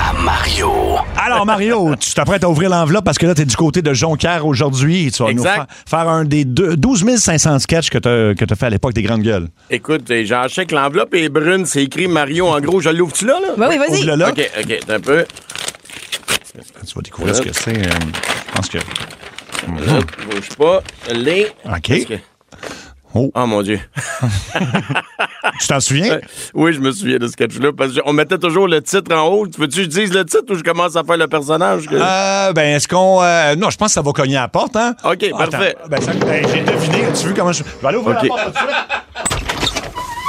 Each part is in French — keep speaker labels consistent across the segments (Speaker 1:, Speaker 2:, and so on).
Speaker 1: à Mario.
Speaker 2: Alors, Mario, tu t'apprêtes à ouvrir l'enveloppe parce que là, tu es du côté de Jonquière aujourd'hui. Tu vas
Speaker 3: Exact.
Speaker 2: nous fa- faire un des deux- 12 500 sketchs que tu as fait à l'époque des Grandes Gueules.
Speaker 3: Écoute, j'enchaîne que l'enveloppe est brune, c'est écrit Mario. En gros, je l'ouvre-tu là, là?
Speaker 4: Ben oui, vas-y.
Speaker 2: Ouvre-le là.
Speaker 3: OK, OK, attends un peu.
Speaker 2: Tu vas découvrir ce que c'est. euh, je pense que.
Speaker 3: Là, bouge pas. Les.
Speaker 2: OK.
Speaker 3: Parce que-
Speaker 2: Oh.
Speaker 3: Oh mon Dieu.
Speaker 2: Tu t'en souviens?
Speaker 3: Oui, je me souviens de ce sketch-là. Parce qu'on mettait toujours le titre en haut. Tu veux-tu que je dise le titre ou je commence à faire le personnage? que-
Speaker 2: Euh, ben, est-ce qu'on. euh, non, je pense que ça va cogner à la porte, hein?
Speaker 3: OK,
Speaker 2: Attends.
Speaker 3: parfait.
Speaker 2: Ben, ça- ben, j'ai deviné. Tu vu comment je. Je vais aller ouvrir
Speaker 3: OK.
Speaker 2: la porte tout de suite.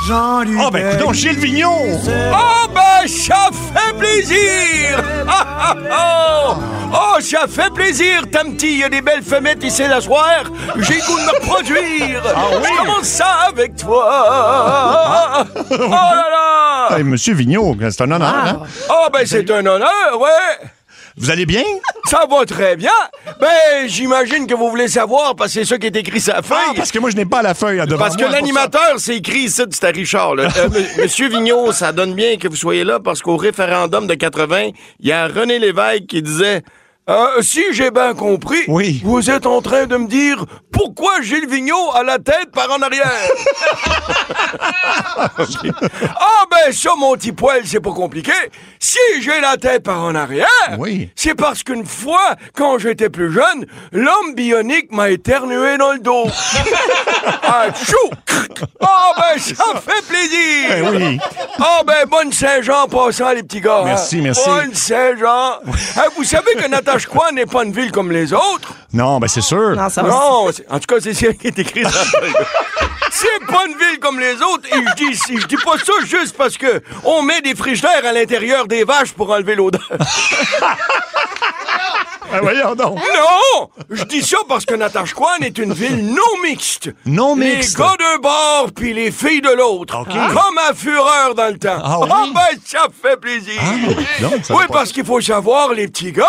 Speaker 2: Ah, ben, écoute, Gilles Vigneault!
Speaker 5: Oh ben, ça fait plaisir! Ah, ah, ah! Oh, ça fait plaisir, Tamti, il y a des belles femmettes ici la soir. J'ai goût de me produire. Je commence ça avec toi. Oh là là!
Speaker 2: Hey, Ah, ben, Monsieur Vigneault, c'est un honneur, hein?
Speaker 5: Oh ben, c'est un honneur, ouais!
Speaker 2: Vous allez bien?
Speaker 5: Ça va très bien. Ben, j'imagine que vous voulez savoir parce que c'est ça qui est écrit sa feuille.
Speaker 2: Ah, parce que moi, je n'ai pas la feuille à devant
Speaker 3: Parce que
Speaker 2: moi, c'est pour ça.
Speaker 3: l'animateur, c'est écrit ici, c'était Richard. là. Euh, m- Monsieur Vigneault, ça donne bien que vous soyez là parce qu'au référendum de 80, il y a René Lévesque qui disait Ah,
Speaker 5: Euh, si j'ai bien compris,
Speaker 2: Oui.
Speaker 5: vous êtes en train de me dire pourquoi Gilles Vigneault a la tête par en arrière. ah ben ça, mon petit poil, c'est pas compliqué. Si j'ai la tête par en arrière,
Speaker 2: Oui.
Speaker 5: c'est parce qu'une fois, quand j'étais plus jeune, l'homme bionique m'a éternué dans le dos. ah, tchou! Ah ben ça fait plaisir.
Speaker 2: Ben oui.
Speaker 5: Ah ben bonne Saint-Jean en passant les petits gars.
Speaker 2: Merci,
Speaker 5: hein.
Speaker 2: merci.
Speaker 5: Bonne Saint-Jean. Hein, vous savez que Natashquan n'est pas une ville comme les autres.
Speaker 2: Non, ben, c'est sûr.
Speaker 4: Non, ça va.
Speaker 5: Non, Ah, c'est- en tout cas, c'est ça qui est écrit. dans le- C'est pas une ville comme les autres. Et je dis, je dis pas ça juste parce que on met des frigidaires à l'intérieur des vaches pour enlever l'odeur.
Speaker 2: Ben, voyons donc.
Speaker 5: Non! Je dis ça parce que Natashquan est une ville non mixte.
Speaker 2: Non
Speaker 5: les
Speaker 2: mixte.
Speaker 5: gars d'un bord puis les filles de l'autre. Ah.
Speaker 2: OK.
Speaker 5: Comme à Fureur dans le temps.
Speaker 2: Ah oui?
Speaker 5: ben, ça fait plaisir.
Speaker 2: non, ça
Speaker 5: Ah, oui,
Speaker 2: va pas.
Speaker 5: parce qu'il faut savoir, les petits gars,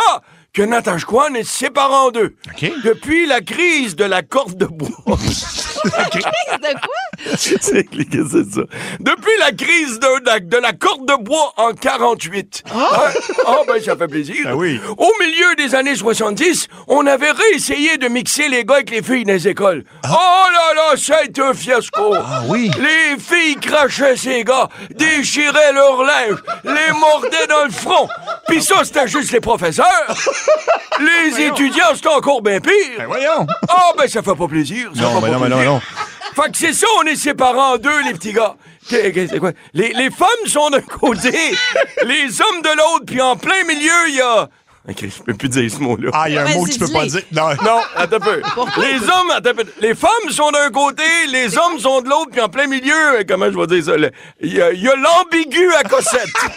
Speaker 5: que Natashquan est séparé en deux.
Speaker 2: OK.
Speaker 5: Depuis la crise de la corde de bois.
Speaker 4: De quoi?
Speaker 3: C'est cliqué, c'est ça.
Speaker 5: Depuis la crise de, la- de la corde de bois en 48. Ah, ah, ben ça fait plaisir.
Speaker 2: Ben oui.
Speaker 5: Au milieu des années 70, on avait réessayé de mixer les gars avec les filles dans les écoles. Oh là là, c'est un fiasco. Ah
Speaker 2: oui.
Speaker 5: Les filles crachaient ces gars, déchiraient leur linge, les mordaient dans le front. Puis ça, c'était juste les professeurs. Les étudiants, c'était encore bien
Speaker 2: Ben,
Speaker 5: pire.
Speaker 2: voyons.
Speaker 5: Ah ben ça fait pas plaisir. ça
Speaker 2: Non,
Speaker 5: fait
Speaker 2: ben,
Speaker 5: pas
Speaker 2: non, ben, non,
Speaker 5: plaisir.
Speaker 2: non.
Speaker 5: Fait que c'est ça, on est séparés en deux, les petits gars. Qu'est- qu'est- c'est quoi? Les, les femmes sont d'un côté, les hommes de l'autre, puis en plein milieu, il y a...
Speaker 3: OK, je peux plus dire ce mot-là.
Speaker 2: Ah, il y a un
Speaker 4: Vas-y,
Speaker 2: mot que tu peux pas
Speaker 4: dis-le.
Speaker 2: dire. Non,
Speaker 3: Non, attends un peu.
Speaker 5: Les hommes, attends un peu. les femmes sont d'un côté, les hommes sont de l'autre, puis en plein milieu, euh, comment je vais dire ça, le- il y a, il y a l'ambigu à Cossette.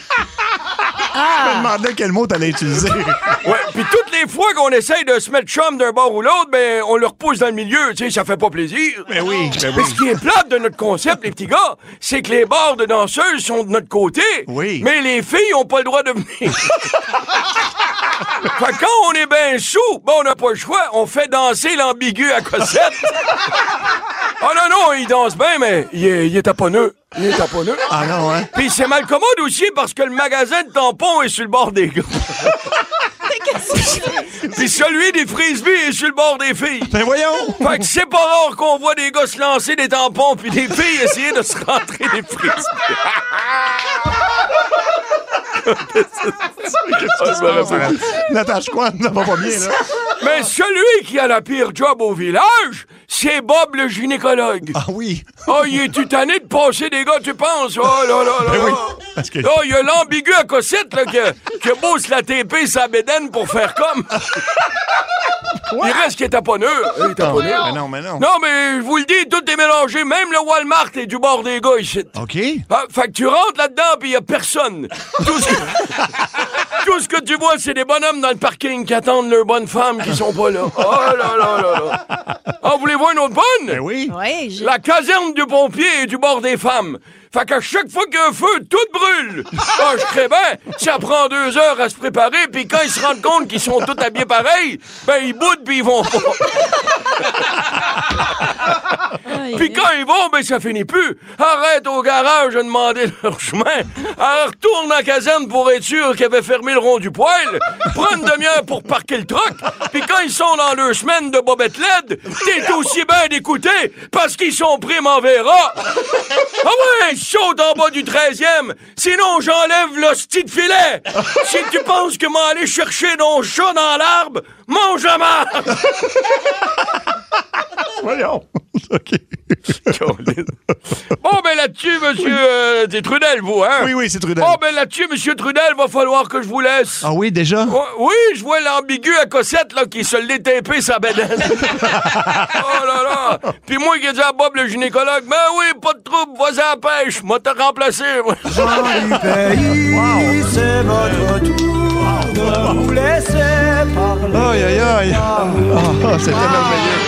Speaker 4: Ah.
Speaker 2: je me demandais quel mot t'allais utiliser. Ben
Speaker 5: Ouais, puis toutes les fois qu'on essaye de se mettre chum d'un bord ou l'autre, ben, on le repousse dans le milieu, tu sais, ça fait pas plaisir.
Speaker 2: Ben oui, ben
Speaker 5: Mais ce qui est plate de notre concept, les petits gars, c'est que les bars de danseuses sont de notre côté.
Speaker 2: Oui.
Speaker 5: Mais les filles ont pas le droit de venir. fait que quand on est bien sous, ben on n'a pas le choix. On fait danser l'ambigu à Cossette. oh non, non, il danse bien, mais il est, il est taponneux. Il est taponneux.
Speaker 2: Ah non, hein?
Speaker 5: Puis c'est mal commode aussi parce que le magasin de tampons est sur le bord des gars. Puis celui des frisbees est sur le bord des filles.
Speaker 2: Ben voyons!
Speaker 5: Fait que c'est pas rare qu'on voit des gars se lancer des tampons puis des filles essayer de se rentrer des frises.
Speaker 2: Ah, N'attache quoi? Ça va pas bien, là.
Speaker 5: Mais celui qui a la pire job au village, c'est Bob le gynécologue.
Speaker 2: Ah oui.
Speaker 5: Oh, il est tutané de passer des gars, tu penses? Oh là là là.
Speaker 2: Ben oui.
Speaker 5: là.
Speaker 2: Parce que-
Speaker 5: Oh, il y a l'ambigu à Cossette, là, que, que beau se la taper sa bédaine pour faire comme. Il reste qu'il est taponneux. Il est taponneux.
Speaker 2: Ben non, mais non.
Speaker 5: Non, mais je vous le dis, tout est mélangé. Même le Walmart est du bord des gars ici.
Speaker 2: OK.
Speaker 5: Ah, fait que tu rentres là-dedans puis il a personne. Tout ce, que, tout ce que tu vois, c'est des bonhommes dans le parking qui attendent leurs bonnes femmes qui sont pas là. Oh là là là là. Ah, vous voulez voir une autre bonne?
Speaker 2: Ben oui.
Speaker 4: Oui, j'ai-
Speaker 5: La caserne du pompier est du bord des femmes. Fait qu'à chaque fois qu'il y a un feu, tout brûle. Ah, je sais bien, ça prend deux heures à se préparer, puis quand ils se rendent compte qu'ils sont tous habillés pareil, ben ils boudent puis ils vont pas. Puis quand ils vont, ben ça finit plus. Arrête au garage à demander leur chemin. Alors retourne à la caserne pour être sûr qu'ils avaient fermé le rond du poêle. Prends une demi-heure pour parquer le truck. Puis quand ils sont dans deux semaines de bobette LED, t'es aussi bien d'écouter parce qu'ils sont primes en verra. Ah ouais, saute en bas du 13e. Sinon, j'enlève l'hostie de filet. Si tu penses que m'en aller chercher ton chat dans l'arbre, mange à marre.
Speaker 2: Voyons. OK.
Speaker 5: Bon, ben là-dessus, monsieur euh, c'est Trudel, vous, hein?
Speaker 2: Oui, oui, c'est Trudel.
Speaker 5: Bon, ben là-dessus, monsieur Trudel, va falloir que je vous laisse.
Speaker 2: Ah oui, déjà?
Speaker 5: Oh, oui, je vois l'ambigu à Cossette, là, qui se l'est tapé sa bédaine. oh là là! Puis moi qui ai dit à Bob, le gynécologue, ben oui, pas de trouble, vas-y à la pêche, moi te remplacé, moi.
Speaker 1: c'est votre tour de vous laisser parler.
Speaker 2: Aïe, aïe, aïe. Ah, c'était merveilleux.